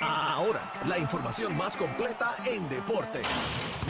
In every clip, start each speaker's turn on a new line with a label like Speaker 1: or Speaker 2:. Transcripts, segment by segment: Speaker 1: Ahora, la información más completa en deporte.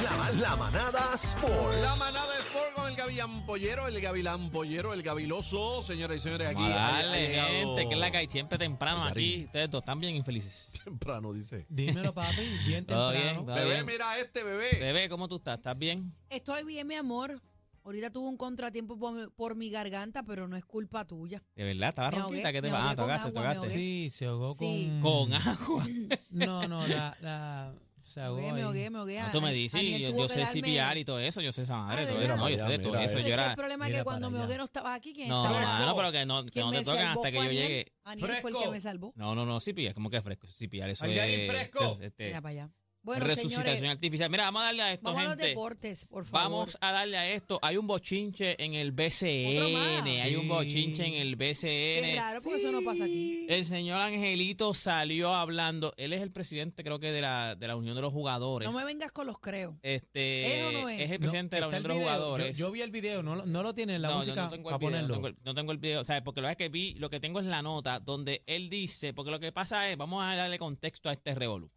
Speaker 1: La, la manada Sport.
Speaker 2: La manada Sport con el Gavilán Pollero, el Gavilán Pollero, el Gaviloso, señoras y señores, aquí.
Speaker 3: Vamos a
Speaker 2: ha- ha
Speaker 3: darle,
Speaker 2: llegado
Speaker 3: gente, que es la que hay siempre temprano
Speaker 2: Garín.
Speaker 3: aquí. Ustedes dos están bien infelices.
Speaker 2: Temprano, dice.
Speaker 4: Dímelo, papi, bien
Speaker 3: Todo bien,
Speaker 4: temprano.
Speaker 3: todo
Speaker 2: Bebé,
Speaker 3: bien.
Speaker 2: mira a este bebé.
Speaker 3: Bebé, ¿cómo tú estás? ¿Estás bien?
Speaker 5: Estoy bien, mi amor. Ahorita tuve un contratiempo por mi, por mi garganta, pero no es culpa tuya.
Speaker 3: De verdad, estaba
Speaker 5: Me
Speaker 3: ronquita.
Speaker 5: ahogué,
Speaker 3: ¿Qué te
Speaker 5: me
Speaker 3: pasa? Ah,
Speaker 5: ahogué con
Speaker 3: tocaste,
Speaker 5: agua, me
Speaker 3: tocaste.
Speaker 4: Sí, se ahogó
Speaker 5: Sí.
Speaker 2: Mm.
Speaker 4: con...
Speaker 3: Con agua.
Speaker 4: No, no, la... la se ahogó
Speaker 5: Ahogué, me
Speaker 4: ahí.
Speaker 5: ahogué, me ahogué.
Speaker 3: Ah, No, tú me
Speaker 5: Ani-
Speaker 3: dices,
Speaker 5: Aniel
Speaker 3: yo,
Speaker 5: tuvo
Speaker 3: yo
Speaker 5: que
Speaker 3: sé
Speaker 5: darme-
Speaker 3: CPR y todo eso, yo sé esa madre,
Speaker 5: Ah,
Speaker 3: todo eso,
Speaker 5: ¿verdad?
Speaker 3: no, yo sé
Speaker 2: Mira,
Speaker 3: de todo
Speaker 2: mira,
Speaker 3: eso.
Speaker 5: Es
Speaker 2: mira.
Speaker 3: Yo
Speaker 5: que
Speaker 3: era.
Speaker 5: el problema es
Speaker 4: mira
Speaker 5: que cuando
Speaker 4: para
Speaker 5: me
Speaker 4: allá.
Speaker 5: ahogué no estaba aquí, quien
Speaker 3: No,
Speaker 5: estaba
Speaker 3: mano, pero que no, que
Speaker 5: Quien
Speaker 3: no
Speaker 5: me
Speaker 3: te tocan
Speaker 5: salvó
Speaker 3: hasta que
Speaker 5: fue
Speaker 3: yo
Speaker 5: Aniel.
Speaker 3: llegue.
Speaker 5: Aniel fue el
Speaker 2: Fresco.
Speaker 5: que me salvó.
Speaker 3: No, no, no, CPR, ¿cómo que fresco? CPR, eso
Speaker 2: Al Garín
Speaker 3: es.
Speaker 2: fresco.
Speaker 3: es- este,
Speaker 5: Mira para allá. Bueno,
Speaker 3: resucitación
Speaker 5: señores,
Speaker 3: artificial. Mira, vamos a darle a esto,
Speaker 5: vamos a los
Speaker 3: gente.
Speaker 5: deportes, por favor.
Speaker 3: Vamos a darle a esto. Hay un bochinche en el BCN.
Speaker 5: más.
Speaker 3: Hay un
Speaker 4: Sí.
Speaker 3: bochinche en el
Speaker 5: Qué
Speaker 3: BCN.
Speaker 5: raro, porque eso no pasa aquí.
Speaker 3: El señor Angelito salió hablando. Él es el presidente, creo que, de la, de la Unión de los Jugadores.
Speaker 5: No me vengas con los creos.
Speaker 3: este,
Speaker 5: ¿Es o no es?
Speaker 3: el
Speaker 4: No,
Speaker 3: presidente de la Unión
Speaker 4: está el
Speaker 3: de los
Speaker 4: video.
Speaker 3: Jugadores.
Speaker 4: Yo, yo vi el video, no, lo- no lo tiene la
Speaker 3: No, yo
Speaker 4: música
Speaker 3: tengo el
Speaker 4: para
Speaker 3: video,
Speaker 4: ponerlo.
Speaker 3: No tengo, el- no tengo el video, o sea, porque lo que es que vi, lo que tengo es la nota donde él dice, porque lo que pasa es, vamos a darle contexto a este revolú.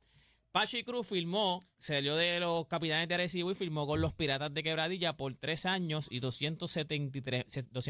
Speaker 3: Pachi Cruz firmó, salió de los capitanes de Arecibo y firmó con los Piratas de Quebradilla por tres años y 273,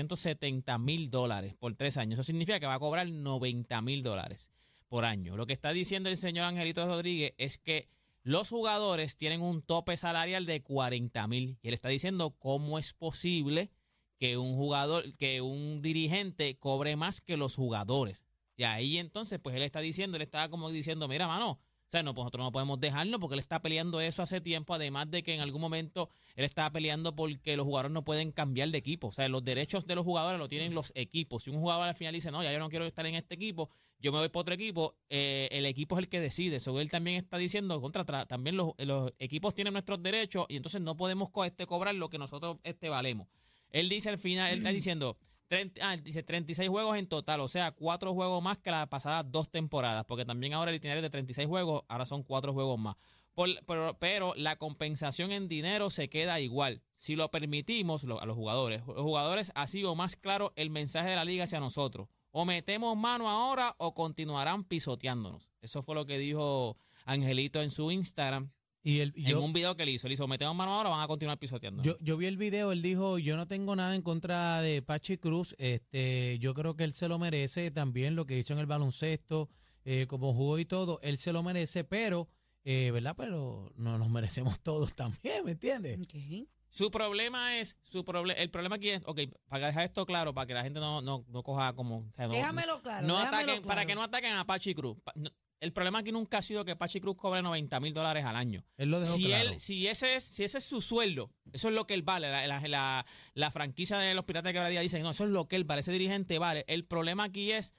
Speaker 3: 270 mil dólares por tres años. Eso significa que va a cobrar 90 mil dólares por año. Lo que está diciendo el señor Angelito Rodríguez es que los jugadores tienen un tope salarial de 40 mil y él está diciendo cómo es posible que un jugador, que un dirigente cobre más que los jugadores. Y ahí entonces, pues él está diciendo, él estaba como diciendo, mira, mano, o sea, no, pues, nosotros no podemos dejarlo porque él está peleando eso hace tiempo, además de que en algún momento él estaba peleando porque los jugadores no pueden cambiar de equipo. O sea, los derechos de los jugadores lo tienen los equipos. Si un jugador al final dice, no, ya yo no quiero estar en este equipo, yo me voy para otro equipo, eh, el equipo es el que decide. Sobre él también está diciendo, contra, tra- también los, los equipos tienen nuestros derechos y entonces no podemos co- este, cobrar lo que nosotros este, valemos. Él dice al final, él está diciendo, 30, ah, él dice 36 juegos en total, o sea, cuatro juegos más que las pasadas dos temporadas, porque también ahora el itinerario es de 36 juegos, ahora son cuatro juegos más. Por- pero, pero la compensación en dinero se queda igual. Si lo permitimos lo- a los jugadores, los jugadores ha sido más claro el mensaje de la liga hacia nosotros. O metemos mano ahora o continuarán pisoteándonos. Eso fue lo que dijo Angelito en su Instagram,
Speaker 4: Y el, yo,
Speaker 3: en un video que él hizo. Él hizo, metemos mano ahora o van a continuar pisoteándonos.
Speaker 4: Yo, yo vi el video, él dijo, yo no tengo nada en contra de Pachi Cruz, este, yo creo que él se lo merece también lo que hizo en el baloncesto, eh, como jugó y todo, él se lo merece, pero, eh, ¿verdad? Pero no nos merecemos todos también, ¿me entiendes?
Speaker 5: Ok.
Speaker 3: Su problema es, su proble- el problema aquí es, ok, para dejar esto claro, para que la gente no, no, no coja como... o sea, no-
Speaker 5: Déjamelo claro.
Speaker 3: no
Speaker 5: déjamelo
Speaker 3: ataquen, para
Speaker 5: claro.
Speaker 3: que no ataquen a Pachi Cruz. Pa- no- el problema aquí nunca ha sido que Pachi Cruz cobre 90 mil dólares al año.
Speaker 4: Él lo dejó
Speaker 3: Si,
Speaker 4: claro.
Speaker 3: él, si, ese es, si ese es su sueldo, eso es lo que él vale. La, la- la- la franquicia de los Piratas de Quebradilla dice, no, eso es lo que él vale, ese dirigente vale. El problema aquí es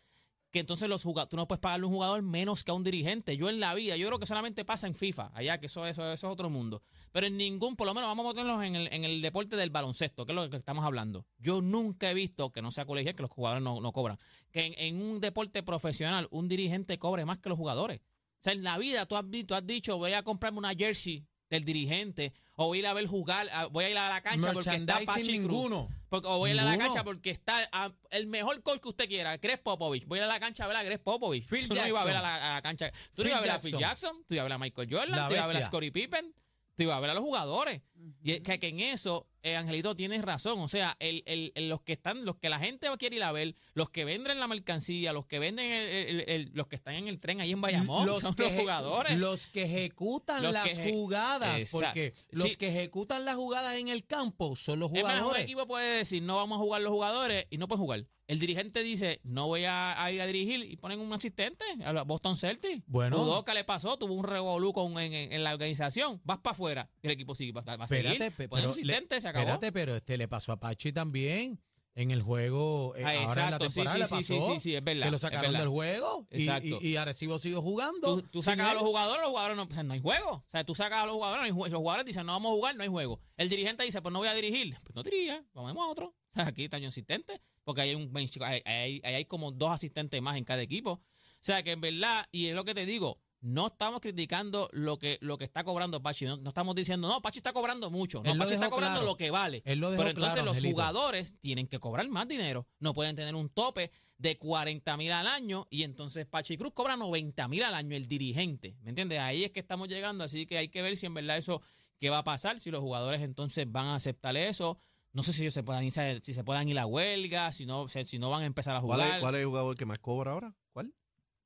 Speaker 3: que entonces los jugadores, tú no puedes pagarle a un jugador menos que a un dirigente. Yo en la vida, yo creo que solamente pasa en FIFA, allá que eso, eso, eso es otro mundo. Pero en ningún, por lo menos vamos a ponerlos en el, en el deporte del baloncesto, que es lo que estamos hablando. Yo nunca he visto, que no sea colegial, que los jugadores no, no cobran, que en, en un deporte profesional un dirigente cobre más que los jugadores. O sea, en la vida tú has, vi- tú has dicho, voy a comprarme una jersey del dirigente, o voy a ir a ver jugar, a- voy a ir a la cancha porque está
Speaker 4: Merchandising
Speaker 3: Pachi Cruz.
Speaker 4: ninguno.
Speaker 3: Porque- o voy a ir a la
Speaker 4: Ninguno.
Speaker 3: cancha porque está ah, el mejor coach que usted quiera, Greg Popovich. Voy a ir a la cancha a ver a Greg Popovich.
Speaker 4: Phil
Speaker 3: tú no ibas a ver a
Speaker 4: Jackson.
Speaker 3: la, a la cancha. Tú no
Speaker 4: Phil
Speaker 3: ibas a ver a Phil
Speaker 4: Jackson.
Speaker 3: Jackson, tú ibas a ver a Michael Jordan,
Speaker 4: La
Speaker 3: tú ibas a ver a
Speaker 4: bestia.
Speaker 3: Scottie Pippen, tú ibas a ver a los jugadores. Y es que, que en eso, eh, Angelito, tienes razón. O sea, el, el- el- los que están, los que la gente quiere ir a ver, los que venden la mercancía, los que venden, el- el- el- los que están en el tren ahí en Bayamón, son los
Speaker 4: eje-
Speaker 3: jugadores.
Speaker 4: Los que ejecutan
Speaker 3: Los que
Speaker 4: las
Speaker 3: eje-
Speaker 4: jugadas,
Speaker 3: Exacto.
Speaker 4: porque
Speaker 3: Sí.
Speaker 4: los que ejecutan las jugadas en el campo son los
Speaker 3: Es más, un
Speaker 4: jugadores.
Speaker 3: equipo puede decir, no vamos a jugar los jugadores y no puede jugar. El dirigente dice, no voy a, a ir a dirigir y ponen un asistente a la Boston Celtics.
Speaker 4: Bueno.
Speaker 3: Udoka le pasó, tuvo un revolú con- en, en- en la organización. Vas para afuera y el equipo sigue, va, va a seguir.
Speaker 4: Espérate, pe-
Speaker 3: Ponen un
Speaker 4: pero le-
Speaker 3: asistente, se acabó.
Speaker 4: Espérate, pero este le pasó a Pachi también en el juego. eh,
Speaker 3: Ah,
Speaker 4: ahora en la
Speaker 3: exacto, sí,
Speaker 4: temporada
Speaker 3: sí,
Speaker 4: le
Speaker 3: sí,
Speaker 4: pasó
Speaker 3: sí, sí, es verdad,
Speaker 4: Que lo
Speaker 3: es
Speaker 4: sacaron
Speaker 3: verdad.
Speaker 4: del juego y-
Speaker 3: Exacto.
Speaker 4: Y, y Arecibo siguió jugando.
Speaker 3: Tú, tú
Speaker 4: sin
Speaker 3: sacas a
Speaker 4: él.
Speaker 3: los jugadores, los jugadores no, o sea, no hay juego. O sea, tú sacas a los jugadores, no hay jue- los jugadores dicen, no vamos a jugar, no hay juego. El dirigente dice, pues no voy a dirigir. Pues no dirija, vamos a otro. O sea, aquí está un asistente, porque hay, un, bench- hay, hay- hay como dos asistentes más en cada equipo. O sea, que en verdad, y es lo que te digo, No estamos criticando lo que, lo que está cobrando Pachi. No, no estamos diciendo, no, Pachi está cobrando mucho. No,
Speaker 4: Él lo
Speaker 3: Pachi está
Speaker 4: dejó
Speaker 3: cobrando
Speaker 4: claro.
Speaker 3: lo que vale.
Speaker 4: Él lo dejó
Speaker 3: Pero entonces
Speaker 4: claro,
Speaker 3: los
Speaker 4: Angelito.
Speaker 3: jugadores tienen que cobrar más dinero. No pueden tener un tope de 40 mil al año y entonces Pachi Cruz cobra 90 mil al año el dirigente. ¿Me entiendes? Ahí es que estamos llegando. Así que hay que ver si en verdad eso, qué va a pasar, si los jugadores entonces van a aceptar eso. No sé si ellos se puedan ir, si se puedan ir a huelga, si no, si no van a empezar a jugar.
Speaker 2: ¿Cuál es, cuál es el jugador que más cobra ahora? ¿Cuál?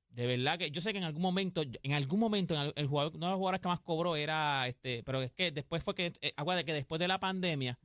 Speaker 3: De verdad que yo sé que en algún momento, en algún momento, en al- el jugador, uno de los jugadores que más cobró era este, pero es que después fue que, eh, acuérdate que después de la pandemia,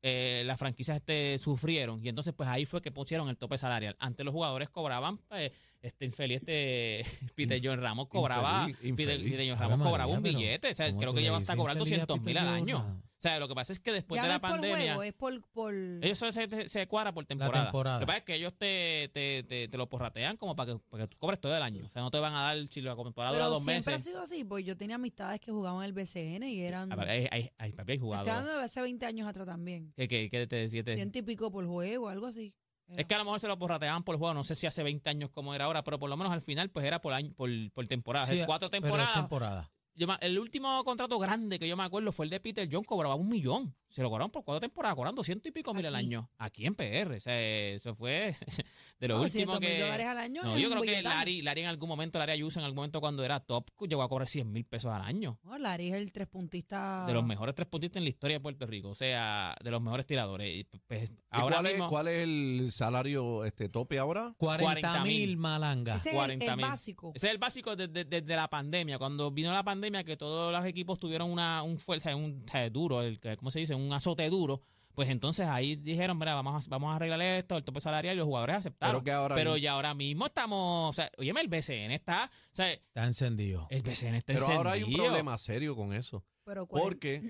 Speaker 3: eh, las franquicias este, sufrieron y entonces pues ahí fue que pusieron el tope salarial. Antes los jugadores cobraban, eh, este infeliz, este Peter John Ramos cobraba,
Speaker 2: Infeliz,
Speaker 3: Peter,
Speaker 2: infeliz.
Speaker 3: Peter John
Speaker 4: Ave
Speaker 3: Ramos
Speaker 4: María,
Speaker 3: cobraba un
Speaker 4: pero
Speaker 3: billete, o sea,
Speaker 4: ¿cómo
Speaker 3: creo
Speaker 4: tú
Speaker 3: que
Speaker 4: le
Speaker 3: lleva
Speaker 4: dices
Speaker 3: hasta cobrar
Speaker 4: infeliz a
Speaker 3: 200 mil
Speaker 4: Peter
Speaker 3: al
Speaker 4: John
Speaker 3: año.
Speaker 4: Ramos?
Speaker 3: O sea, lo que pasa es que después
Speaker 5: Ya
Speaker 3: de
Speaker 5: no
Speaker 3: la
Speaker 5: es por
Speaker 3: pandemia...
Speaker 5: juego, es por... por
Speaker 3: Ellos se, se, se cuadra por temporada.
Speaker 4: temporada.
Speaker 3: Lo que pasa es que ellos te, te, te, te lo porratean como para que, para que tú cobres todo el año. O sea, no te van a dar si la temporada dura
Speaker 5: pero
Speaker 3: dos
Speaker 5: siempre ha
Speaker 3: meses.
Speaker 5: sido así, pues yo tenía amistades que jugaban el BCN y eran...
Speaker 3: Ah, papi, Hay, hay, hay, papi, hay
Speaker 5: Estoy
Speaker 3: jugadores
Speaker 5: hablando de hace 20 años atrás también.
Speaker 3: que, que, que te decía. te-
Speaker 5: Ciento y pico por juego, algo así. Era.
Speaker 3: Es que a lo mejor se lo porrateaban por juego. No sé si hace 20 años como era ahora, pero por lo menos al final pues era por año, por, por temporada.
Speaker 4: Sí,
Speaker 3: cuatro
Speaker 4: pero es
Speaker 3: temporadas.
Speaker 4: temporada.
Speaker 3: Yo me- el último contrato grande que yo me acuerdo fue el de Peter John, cobraba un millón. Se lo cobraron por cuatro temporadas, cobrando ciento y pico mil al
Speaker 5: Aquí.
Speaker 3: año. Aquí en PR. O sea, eso fue de lo
Speaker 5: No,
Speaker 3: último
Speaker 5: 200 mil
Speaker 3: que.
Speaker 5: dólares al año
Speaker 3: No,
Speaker 5: es
Speaker 3: yo
Speaker 5: un
Speaker 3: creo que
Speaker 5: billetán.
Speaker 3: Larry, Larry en algún momento, Larry Ayuso en algún momento cuando era top, llegó a cobrar 100 mil pesos al año.
Speaker 5: No, Larry es el tres puntista...
Speaker 3: De los mejores tres puntistas en la historia de Puerto Rico. O sea, de los mejores tiradores. Y, pues,
Speaker 2: ¿Y
Speaker 3: ahora
Speaker 2: cuál,
Speaker 3: mismo,
Speaker 2: es, ¿Cuál es el salario este tope ahora?
Speaker 4: 40
Speaker 3: 40.000.
Speaker 4: mil malanga.
Speaker 5: Ese es el- el,
Speaker 3: 40.000.
Speaker 5: básico.
Speaker 3: Ese es el básico desde, desde- desde la pandemia. Cuando vino la pandemia, que todos los equipos tuvieron una un fuerza, un o sea, duro, el, que- ¿cómo se dice? Un azote duro. Pues entonces ahí dijeron, mira, vamos a, vamos a arreglar esto, el tope salarial, y los jugadores
Speaker 2: Pero
Speaker 3: aceptaron.
Speaker 2: que ahora mismo-
Speaker 3: ya ahora mismo estamos, o sea, óyeme, el BCN está, o sea,
Speaker 4: Está encendido.
Speaker 3: el BCN está
Speaker 2: Pero ahora hay un
Speaker 3: encendido.
Speaker 2: problema serio con eso.
Speaker 5: Pero cuál-
Speaker 2: Porque,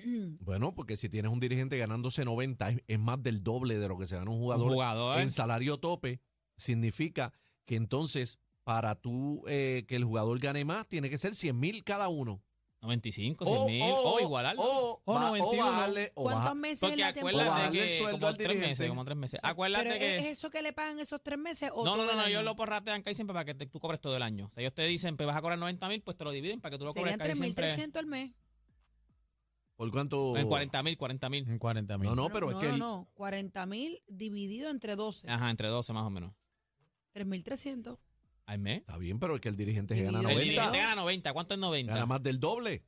Speaker 2: bueno, porque si tienes un dirigente ganándose 90, es, es más del doble de lo que se gana un
Speaker 3: Un
Speaker 2: jugador,
Speaker 3: jugador.
Speaker 2: en salario tope, significa que entonces para tú eh, que el jugador gane más, tiene que ser 100 mil cada uno.
Speaker 3: 95, 100 mil, o, igualarlo.
Speaker 2: O,
Speaker 4: O
Speaker 2: ba- o
Speaker 4: 91.
Speaker 2: bajarle. o
Speaker 5: ¿Cuántos
Speaker 2: baja-
Speaker 5: meses en
Speaker 3: porque
Speaker 5: la
Speaker 2: o
Speaker 5: temporada?
Speaker 3: acuérdate
Speaker 2: bajarle el
Speaker 3: que
Speaker 2: sueldo
Speaker 3: como
Speaker 2: al
Speaker 3: tres meses,
Speaker 2: dirigente.
Speaker 3: como tres meses.
Speaker 5: Pero
Speaker 3: Acuérdate que...
Speaker 5: ¿es eso que le pagan esos tres meses o
Speaker 3: No,
Speaker 5: todo
Speaker 3: no,
Speaker 5: el
Speaker 3: no, ellos
Speaker 5: año?
Speaker 3: lo porratean casi siempre para que te- tú cobres todo el año. O sea, ellos te dicen, pues vas a cobrar 90 mil, pues te lo dividen para que tú lo cobres
Speaker 5: Serían
Speaker 3: casi siempre.
Speaker 5: 3.300 al mes.
Speaker 2: ¿Por cuánto?
Speaker 3: En 40 mil, 40 mil.
Speaker 4: En 40 mil.
Speaker 2: No, no,
Speaker 5: Bueno,
Speaker 2: pero es que.
Speaker 5: No,
Speaker 2: el-
Speaker 5: no, 40.000 dividido entre 12.
Speaker 3: Ajá, entre 12 más o menos.
Speaker 5: 3.300.
Speaker 3: Al mes.
Speaker 2: Está bien, pero es que el dirigente se gana
Speaker 5: El
Speaker 2: 90.
Speaker 3: El dirigente gana 90. ¿Cuánto es 90?
Speaker 2: Gana más del doble.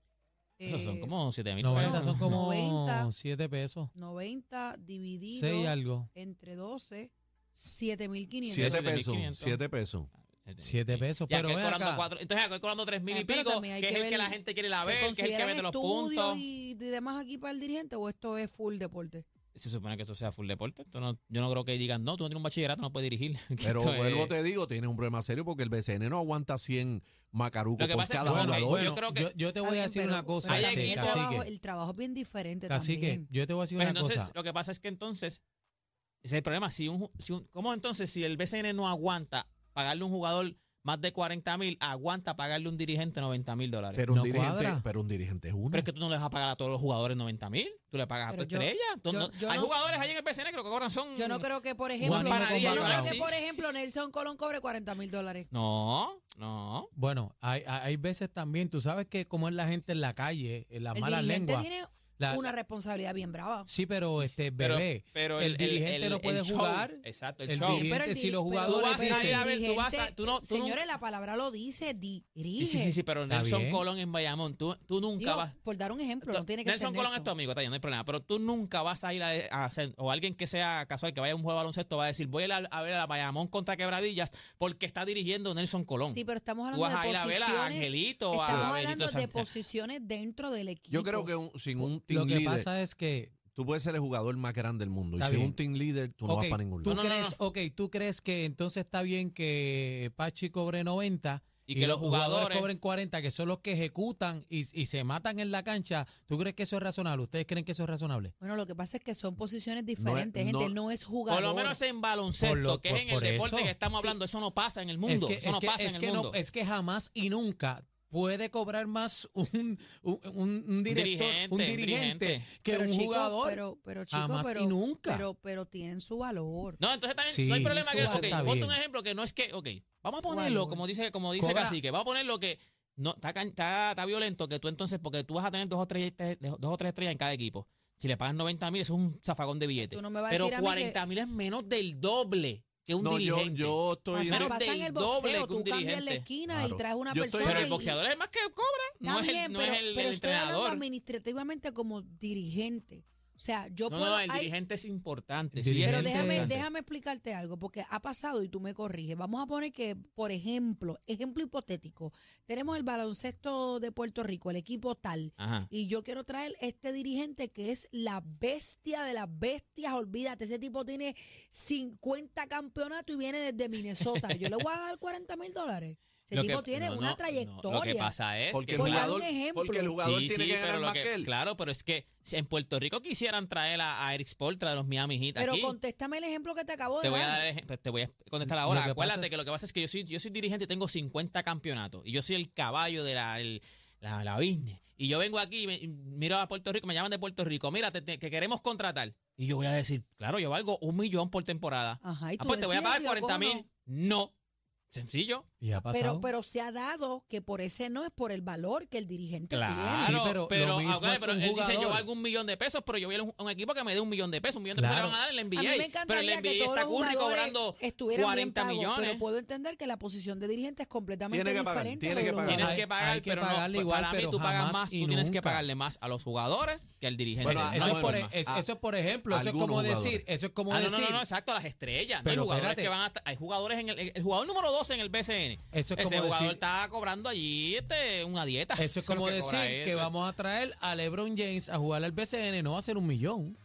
Speaker 3: Esos son
Speaker 5: eh,
Speaker 3: como 7 mil.
Speaker 4: 90 son como
Speaker 5: 90.
Speaker 4: 7 pesos.
Speaker 5: 90 dividido
Speaker 4: 6 algo.
Speaker 5: entre 12, 7.500.
Speaker 3: Siete
Speaker 2: 7
Speaker 3: de
Speaker 2: pesos.
Speaker 3: 1500.
Speaker 2: 7 pesos.
Speaker 4: Siete pesos,
Speaker 3: Ya,
Speaker 4: pero
Speaker 3: que
Speaker 4: ven
Speaker 3: cobrando
Speaker 4: acá.
Speaker 3: cuatro- entonces acá cobrando 3 mil y
Speaker 5: Ah, pero
Speaker 3: pico, que,
Speaker 5: también
Speaker 3: es
Speaker 5: hay que
Speaker 3: el que
Speaker 5: ver-
Speaker 3: la gente quiere ir a
Speaker 5: ¿Se
Speaker 3: ver, que es el que
Speaker 5: consideran
Speaker 3: mete los
Speaker 5: estudios
Speaker 3: puntos.
Speaker 5: y de- demás aquí para el dirigente o esto es full deporte?
Speaker 3: Se supone que esto sea full deporte. Esto no, yo no creo que digan, no, tú no tienes un bachillerato, no puedes dirigir.
Speaker 2: Pero
Speaker 3: Esto es-
Speaker 2: vuelvo, te digo, tienes un problema serio porque el BCN no aguanta 100
Speaker 3: Lo
Speaker 2: macarucos
Speaker 3: que
Speaker 2: por
Speaker 3: pasa es
Speaker 2: cada
Speaker 3: que, bueno,
Speaker 2: jugador.
Speaker 3: yo
Speaker 4: Bueno,
Speaker 3: creo que-
Speaker 4: yo, yo te voy a decir una cosa,
Speaker 3: hay
Speaker 4: este,
Speaker 5: el,
Speaker 3: equipos-
Speaker 5: trabajo,
Speaker 4: cacique.
Speaker 5: el trabajo es bien diferente
Speaker 4: Cacique,
Speaker 5: también.
Speaker 4: yo te voy a decir
Speaker 3: Pues
Speaker 4: una
Speaker 3: entonces,
Speaker 4: cosa.
Speaker 3: lo que pasa es que entonces, ese es el problema. Si un, ju- si un- ¿Cómo entonces, si el BCN no aguanta pagarle a un jugador más de 40 mil, aguanta pagarle a un dirigente 90 mil dólares?
Speaker 2: Pero,
Speaker 3: Pero,
Speaker 2: un
Speaker 4: No
Speaker 2: dirigente,
Speaker 4: cuadra.
Speaker 2: pero un dirigente es uno.
Speaker 3: es que tú no le vas a pagar a todos los jugadores 90 mil, tú le pagas a tu
Speaker 5: Pero yo-
Speaker 3: estrella. Tú
Speaker 5: yo-
Speaker 3: no-
Speaker 5: yo
Speaker 3: hay
Speaker 5: no-
Speaker 3: jugadores ahí en el BCN que lo que cobran son.
Speaker 5: Yo no creo que, por ejemplo,
Speaker 4: Juan Diego
Speaker 5: yo no creo
Speaker 4: Comparado.
Speaker 5: que, por ejemplo, Nelson Colón cobre 40 mil dólares.
Speaker 3: No, no.
Speaker 4: Bueno, hay, hay hay veces también, tú sabes que como es la gente en la calle, en las
Speaker 5: El
Speaker 4: malas
Speaker 5: dirigente
Speaker 4: lenguas.
Speaker 5: tiene
Speaker 4: la-
Speaker 5: una responsabilidad bien brava.
Speaker 4: sí, pero este
Speaker 3: Pero,
Speaker 4: bebé,
Speaker 3: pero
Speaker 4: el, dirigente no
Speaker 3: el
Speaker 4: puede
Speaker 3: show,
Speaker 4: jugar.
Speaker 3: Exacto, el,
Speaker 4: el
Speaker 3: show.
Speaker 4: dirigente,
Speaker 5: Pero el
Speaker 4: si
Speaker 5: diri-
Speaker 4: los
Speaker 5: pero-
Speaker 4: jugadores
Speaker 3: Tú vas a ir a
Speaker 4: dicen,
Speaker 3: ver- tú vas a-
Speaker 5: dirigente-
Speaker 3: tú no- tú no-
Speaker 5: señores, la palabra lo dice, dirige.
Speaker 3: Sí, sí, sí, sí, pero
Speaker 4: Está
Speaker 3: Nelson
Speaker 4: bien.
Speaker 3: Colón en Bayamón, tú, tú nunca
Speaker 5: Digo,
Speaker 3: vas.
Speaker 5: por dar un ejemplo, no tiene que
Speaker 3: Nelson
Speaker 5: ser
Speaker 3: Colón es tu
Speaker 5: Nelson.
Speaker 3: amigo, está bien, no hay problema. Pero tú nunca vas a ir a, a hacer, o alguien que sea casual, que vaya a un juego de baloncesto, va a decir, voy a, ir a, a ver a la Bayamón contra Quebradillas porque está dirigiendo Nelson Colón.
Speaker 5: Sí, pero estamos
Speaker 3: Tú vas
Speaker 5: hablando
Speaker 3: a
Speaker 5: de
Speaker 3: ir a ver a
Speaker 5: posiciones.
Speaker 3: Angelito,
Speaker 5: Estamos
Speaker 3: a Benito
Speaker 5: hablando de
Speaker 3: Santiago.
Speaker 5: posiciones dentro del equipo.
Speaker 2: yo creo que un- sin un team
Speaker 4: lo que
Speaker 2: leader,
Speaker 4: pasa es que
Speaker 2: tú puedes ser el jugador más grande del mundo. Y
Speaker 4: Está
Speaker 2: sin
Speaker 4: bien.
Speaker 2: un team leader, tú no
Speaker 4: Ok,
Speaker 2: vas para ningún
Speaker 4: ¿tú
Speaker 2: lado.
Speaker 3: No, no, no,
Speaker 4: crees, ok, tú crees que entonces está bien que Pachi cobre 90
Speaker 3: Y que los jugadores-
Speaker 4: cobren 40, que son los que ejecutan y, y se matan en la cancha. ¿Tú crees que eso es razonable? ¿Ustedes creen que eso es razonable?
Speaker 5: Bueno, lo que pasa es que son posiciones diferentes,
Speaker 2: no-
Speaker 5: gente. Él no es jugador.
Speaker 3: Por lo menos en baloncesto,
Speaker 4: Por lo-
Speaker 3: que
Speaker 4: por-
Speaker 3: es en el
Speaker 4: por
Speaker 3: deporte
Speaker 4: eso.
Speaker 3: que estamos
Speaker 4: Sí.
Speaker 3: hablando, eso no pasa en el mundo.
Speaker 4: es que,
Speaker 3: eso
Speaker 4: es
Speaker 3: no
Speaker 4: que-
Speaker 3: pasa
Speaker 4: es
Speaker 3: en el
Speaker 4: que no-
Speaker 3: mundo.
Speaker 4: es que jamás y nunca puede cobrar más un, un, un- un director,
Speaker 3: dirigente,
Speaker 4: un
Speaker 3: un
Speaker 4: dirigente,
Speaker 3: dirigente.
Speaker 4: que
Speaker 5: Pero,
Speaker 4: un
Speaker 5: chico,
Speaker 4: jugador.
Speaker 5: Pero, pero chico,
Speaker 4: Jamás y
Speaker 5: pero,
Speaker 4: nunca.
Speaker 5: Pero, pero tienen su valor.
Speaker 3: No, entonces también
Speaker 4: Sí,
Speaker 3: no hay problema
Speaker 4: eso
Speaker 3: que
Speaker 4: está
Speaker 3: ok, ponte
Speaker 4: bien.
Speaker 3: un ejemplo que no es que, ok, vamos a ponerlo
Speaker 5: Juan,
Speaker 3: como dice como dice
Speaker 4: Cobra.
Speaker 3: Cacique, vamos a ponerlo que no, está, can- está, está violento que tú entonces, porque tú vas a tener dos o tres, tres- dos o tres estrellas en cada equipo. Si le pagas 90 mil, eso es un zafagón de billetes.
Speaker 5: Tú no me vas a
Speaker 3: Pero
Speaker 5: decir a mí que-
Speaker 3: 40 mil es menos del doble que un
Speaker 2: No, yo,
Speaker 3: dirigente.
Speaker 2: yo estoy.
Speaker 3: Pasa-
Speaker 5: Pasa,
Speaker 3: menos
Speaker 5: pasa en
Speaker 3: del
Speaker 5: el
Speaker 3: doble que
Speaker 5: boxeo,
Speaker 3: un
Speaker 5: tú cambias la
Speaker 3: dirigente.
Speaker 5: esquina y
Speaker 2: Claro.
Speaker 5: traes una
Speaker 2: Yo estoy-
Speaker 5: persona.
Speaker 3: pero
Speaker 5: y-
Speaker 3: el boxeador es el más que cobra, no es
Speaker 5: Está
Speaker 3: el,
Speaker 5: bien,
Speaker 3: no
Speaker 5: pero,
Speaker 3: es el-
Speaker 5: pero
Speaker 3: el
Speaker 5: estoy hablando
Speaker 3: entrenador.
Speaker 5: administrativamente como dirigente. O sea, yo
Speaker 3: No,
Speaker 5: puedo.
Speaker 3: no, el
Speaker 5: hay-
Speaker 3: dirigente es importante.
Speaker 4: El
Speaker 3: sí, es
Speaker 5: pero
Speaker 4: dirigente-
Speaker 5: déjame,
Speaker 3: importante.
Speaker 5: déjame explicarte algo, porque ha pasado y tú me corriges. Vamos a poner que, por ejemplo, ejemplo hipotético, tenemos el baloncesto de Puerto Rico, el equipo tal,
Speaker 3: Ajá.
Speaker 5: y yo quiero traer este dirigente que es la bestia de las bestias, olvídate, ese tipo tiene 50 campeonatos y viene desde Minnesota. Yo le voy a dar 40 mil dólares. Ese
Speaker 3: Lo que-
Speaker 5: tipo tiene
Speaker 3: no, no,
Speaker 5: una
Speaker 3: no,
Speaker 5: trayectoria.
Speaker 3: lo que pasa es
Speaker 2: Porque
Speaker 3: que
Speaker 2: el
Speaker 5: Por dar
Speaker 2: jugador,
Speaker 5: un ejemplo.
Speaker 2: porque el jugador
Speaker 3: Sí,
Speaker 2: tiene
Speaker 3: sí,
Speaker 2: que ganar
Speaker 3: pero lo
Speaker 2: más
Speaker 3: que-
Speaker 2: que él.
Speaker 3: Claro, pero es que si en Puerto Rico quisieran traer a, a Eric Spoltra de los Miami Heat
Speaker 5: Pero
Speaker 3: aquí.
Speaker 5: contéstame el ejemplo que te acabo de
Speaker 3: Te voy a
Speaker 5: dar.
Speaker 3: dar ejemplo, te voy a contestar
Speaker 4: Lo
Speaker 3: ahora.
Speaker 4: que pasa
Speaker 3: Acuérdate
Speaker 4: es-
Speaker 3: que lo que pasa es que yo soy, yo soy dirigente y tengo 50 campeonatos. Y yo soy el caballo de la, el- la, la business. Y yo vengo aquí, y me- y miro a Puerto Rico, me llaman de Puerto Rico, mira, te- te- que queremos contratar. Y yo voy a decir, claro, yo valgo un millón por temporada.
Speaker 5: Ajá, y
Speaker 3: Ah,
Speaker 5: tú
Speaker 3: pues te voy a
Speaker 5: decides
Speaker 3: pagar
Speaker 5: si lo
Speaker 3: 40
Speaker 5: cojo o no.
Speaker 3: mil. No. Sencillo.
Speaker 4: Y ha
Speaker 5: Pero, pues,
Speaker 4: pasado.
Speaker 5: pero se ha dado que por ese no es por el valor que el dirigente
Speaker 3: Claro,
Speaker 5: tiene.
Speaker 4: Sí, pero lo
Speaker 3: pero,
Speaker 4: mismo
Speaker 3: ah, claro,
Speaker 4: es
Speaker 3: pero
Speaker 4: un
Speaker 3: él dice yo
Speaker 4: jugador.
Speaker 3: valgo un millón de pesos, pero yo voy a un, un equipo que me dé un millón de pesos. Un millón de pesos
Speaker 4: Claro.
Speaker 3: le van a dar en la
Speaker 5: A mí me
Speaker 3: NBA. Pero en la
Speaker 5: encantaría que
Speaker 3: NBA
Speaker 5: todos
Speaker 3: está
Speaker 5: los
Speaker 3: Curry
Speaker 5: jugadores
Speaker 3: cobrando
Speaker 5: estuvieran
Speaker 3: 40
Speaker 5: bien pagos,
Speaker 3: millones.
Speaker 5: pero puedo entender que la posición de dirigente es completamente
Speaker 2: Tiene que pagar,
Speaker 5: diferente.
Speaker 2: tiene
Speaker 5: de
Speaker 2: que
Speaker 5: los
Speaker 2: pagar.
Speaker 3: Tienes
Speaker 5: jugadores.
Speaker 3: que pagar,
Speaker 4: hay que
Speaker 3: pero no,
Speaker 4: pagarle
Speaker 3: pa-
Speaker 4: igual,
Speaker 3: para mí
Speaker 4: pero
Speaker 3: tú pagas
Speaker 4: jamás
Speaker 3: más, tú
Speaker 4: y
Speaker 3: tienes que
Speaker 4: nunca.
Speaker 3: pagarle más a los jugadores que al dirigente.
Speaker 2: Bueno,
Speaker 3: No
Speaker 4: eso,
Speaker 3: hay
Speaker 4: es por, e-
Speaker 2: forma.
Speaker 3: forma.
Speaker 4: es-
Speaker 2: Ah,
Speaker 4: eso es por ejemplo, eso es
Speaker 2: algunos
Speaker 4: como decir,
Speaker 2: jugadores.
Speaker 4: eso es como
Speaker 3: Ah, no,
Speaker 4: decir,
Speaker 3: no, no, no, exacto, las estrellas. No hay
Speaker 4: Pero
Speaker 3: jugadores
Speaker 4: espérate.
Speaker 3: que van a estar- hay jugadores en el, el jugador número 12 en el BCN.
Speaker 4: Eso es
Speaker 3: Ese
Speaker 4: como
Speaker 3: jugador
Speaker 4: decir-
Speaker 3: está cobrando allí este, una dieta.
Speaker 4: eso es
Speaker 3: lo
Speaker 4: como
Speaker 3: que cobra
Speaker 4: decir
Speaker 3: él.
Speaker 4: que vamos a traer a LeBron James a jugar al BCN, no va a ser un millón.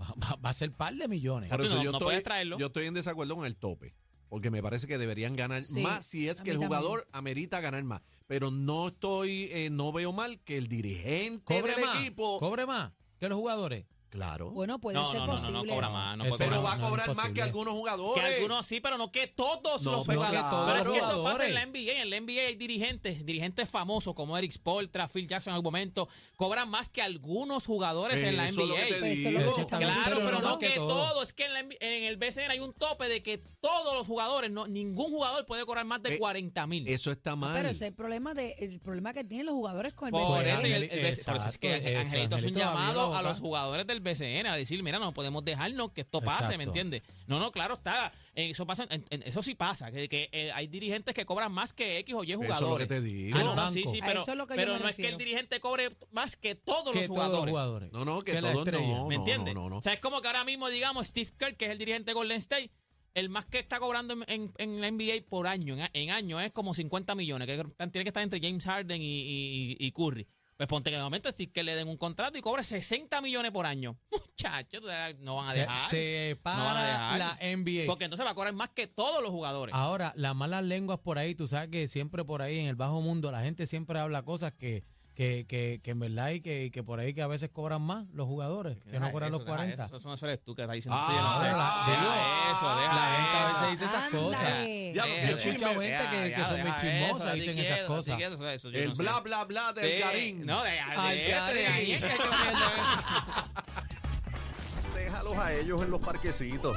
Speaker 4: Va, va- va a ser par de millones.
Speaker 2: Por
Speaker 3: Exacto,
Speaker 2: eso
Speaker 3: no-
Speaker 2: yo,
Speaker 3: no
Speaker 2: estoy,
Speaker 3: puedes traerlo.
Speaker 2: yo estoy en desacuerdo con el tope, porque me parece que deberían ganar
Speaker 5: Sí,
Speaker 2: más si es
Speaker 5: a
Speaker 2: que
Speaker 5: mí
Speaker 2: el
Speaker 5: también.
Speaker 2: jugador amerita ganar más. Pero no estoy, eh, no veo mal que el dirigente
Speaker 4: Cobre
Speaker 2: del
Speaker 4: más,
Speaker 2: equipo,
Speaker 4: cobre más que los jugadores.
Speaker 2: claro,
Speaker 5: Bueno, puede
Speaker 3: No,
Speaker 5: ser
Speaker 3: no, no, no,
Speaker 5: posible.
Speaker 3: no cobra más. No
Speaker 4: Eso
Speaker 3: puede
Speaker 2: pero
Speaker 4: no,
Speaker 2: va
Speaker 3: cobrar más.
Speaker 2: a
Speaker 4: no,
Speaker 2: cobrar más
Speaker 4: imposible.
Speaker 2: que algunos
Speaker 3: Que
Speaker 2: jugadores.
Speaker 3: algunos sí, pero no que todos
Speaker 2: No,
Speaker 3: los
Speaker 2: no que
Speaker 3: jugadores.
Speaker 2: todos
Speaker 3: pero es
Speaker 2: los
Speaker 3: que eso pasa
Speaker 4: jugadores.
Speaker 3: en la NBA. En la NBA hay dirigentes, dirigentes famosos como Eric Spoltra, Phil Jackson en algún momento, cobran más que algunos jugadores en la
Speaker 2: Eso es lo que
Speaker 3: NBA.
Speaker 2: te
Speaker 5: Pues eso es
Speaker 2: digo.
Speaker 5: lo que se está
Speaker 3: Claro,
Speaker 5: Pero
Speaker 3: pero,
Speaker 5: no
Speaker 3: no,
Speaker 4: que
Speaker 3: que
Speaker 4: todo.
Speaker 3: todo. Es que en, la NBA en el BCN hay un tope de que todos los jugadores, no, ningún jugador puede cobrar más de
Speaker 2: Eh,
Speaker 3: 40 mil.
Speaker 2: Eso está mal.
Speaker 5: Pero ese es el problema, de, el problema que tienen los jugadores con el
Speaker 3: Por
Speaker 5: BCN.
Speaker 3: eso, y el- el
Speaker 4: Angeli-
Speaker 3: BCN por eso es que
Speaker 4: exacto, eso,
Speaker 3: Angelito hace un
Speaker 4: Angelito abrió
Speaker 3: llamado
Speaker 4: la
Speaker 3: a los
Speaker 4: boca.
Speaker 3: jugadores del BCN a decir, mira, no podemos dejarnos que esto pase, ¿me
Speaker 4: Exacto.
Speaker 3: entiendes? No, no, claro, está. eh, Eso pasa, en- en- eso sí pasa, que, que, eh, hay dirigentes que cobran más que X o Y
Speaker 2: Eso es lo que
Speaker 3: jugadores.
Speaker 2: te digo.
Speaker 3: Ah, no, no,
Speaker 4: Banco.
Speaker 3: sí, sí,
Speaker 5: A
Speaker 3: pero,
Speaker 5: eso es lo que yo
Speaker 3: pero
Speaker 5: me
Speaker 3: no es que el
Speaker 5: refiero.
Speaker 3: dirigente cobre más que todos los
Speaker 4: que todos los
Speaker 3: jugadores.
Speaker 4: jugadores.
Speaker 2: No, no, que,
Speaker 4: la
Speaker 2: todos
Speaker 4: estrella.
Speaker 2: no.
Speaker 3: ¿Me
Speaker 2: no,
Speaker 3: entiendes?
Speaker 2: No, no, no.
Speaker 3: O sea, es como que ahora mismo, digamos, Steve Kerr, que es el dirigente de Golden State, el más que está cobrando en, en- en la NBA por año, en, en año, es como 50 millones, que están- tiene que estar entre James Harden y, y- y Curry. Pues ponte que de momento Steve Kerr le den un contrato y cobre 60 millones por año. Muchachos, no van a
Speaker 4: Se,
Speaker 3: dejar.
Speaker 4: se
Speaker 3: No van a
Speaker 4: para
Speaker 3: dejar.
Speaker 4: la NBA.
Speaker 3: Porque entonces va a cobrar más que todos los jugadores.
Speaker 4: Ahora, las malas lenguas por ahí, tú sabes que siempre por ahí en el bajo mundo la gente siempre habla cosas que, que, que, que en verdad y que, que por ahí que a veces cobran más los jugadores, que no
Speaker 3: Deja
Speaker 4: cobran
Speaker 3: eso,
Speaker 4: los
Speaker 3: deja
Speaker 4: 40.
Speaker 3: Eso, eso no eres tú que estás diciendo.
Speaker 2: Ah,
Speaker 3: sí, yo no sé.
Speaker 4: la-
Speaker 3: Deja
Speaker 4: digo,
Speaker 3: eso, deja
Speaker 4: la gente a
Speaker 3: eso.
Speaker 4: veces dice esas
Speaker 5: Ándale.
Speaker 2: Ya,
Speaker 4: cosas.
Speaker 3: Deja
Speaker 2: yo he
Speaker 3: eso,
Speaker 4: escuchado gente
Speaker 3: deja,
Speaker 4: que- que
Speaker 3: ya,
Speaker 4: son muy
Speaker 3: deja
Speaker 4: chismosas,
Speaker 3: eso,
Speaker 4: dicen
Speaker 3: así
Speaker 4: esas
Speaker 3: quieto,
Speaker 4: cosas.
Speaker 3: así quieto, eso- eso yo
Speaker 2: el
Speaker 3: no sé.
Speaker 2: bla, bla, bla del
Speaker 3: Sí,
Speaker 2: Garín.
Speaker 3: No, de, de,
Speaker 4: Al
Speaker 3: de- de ahí es que hay que ponerlo eso.
Speaker 1: Déjalos a ellos en los parquecitos.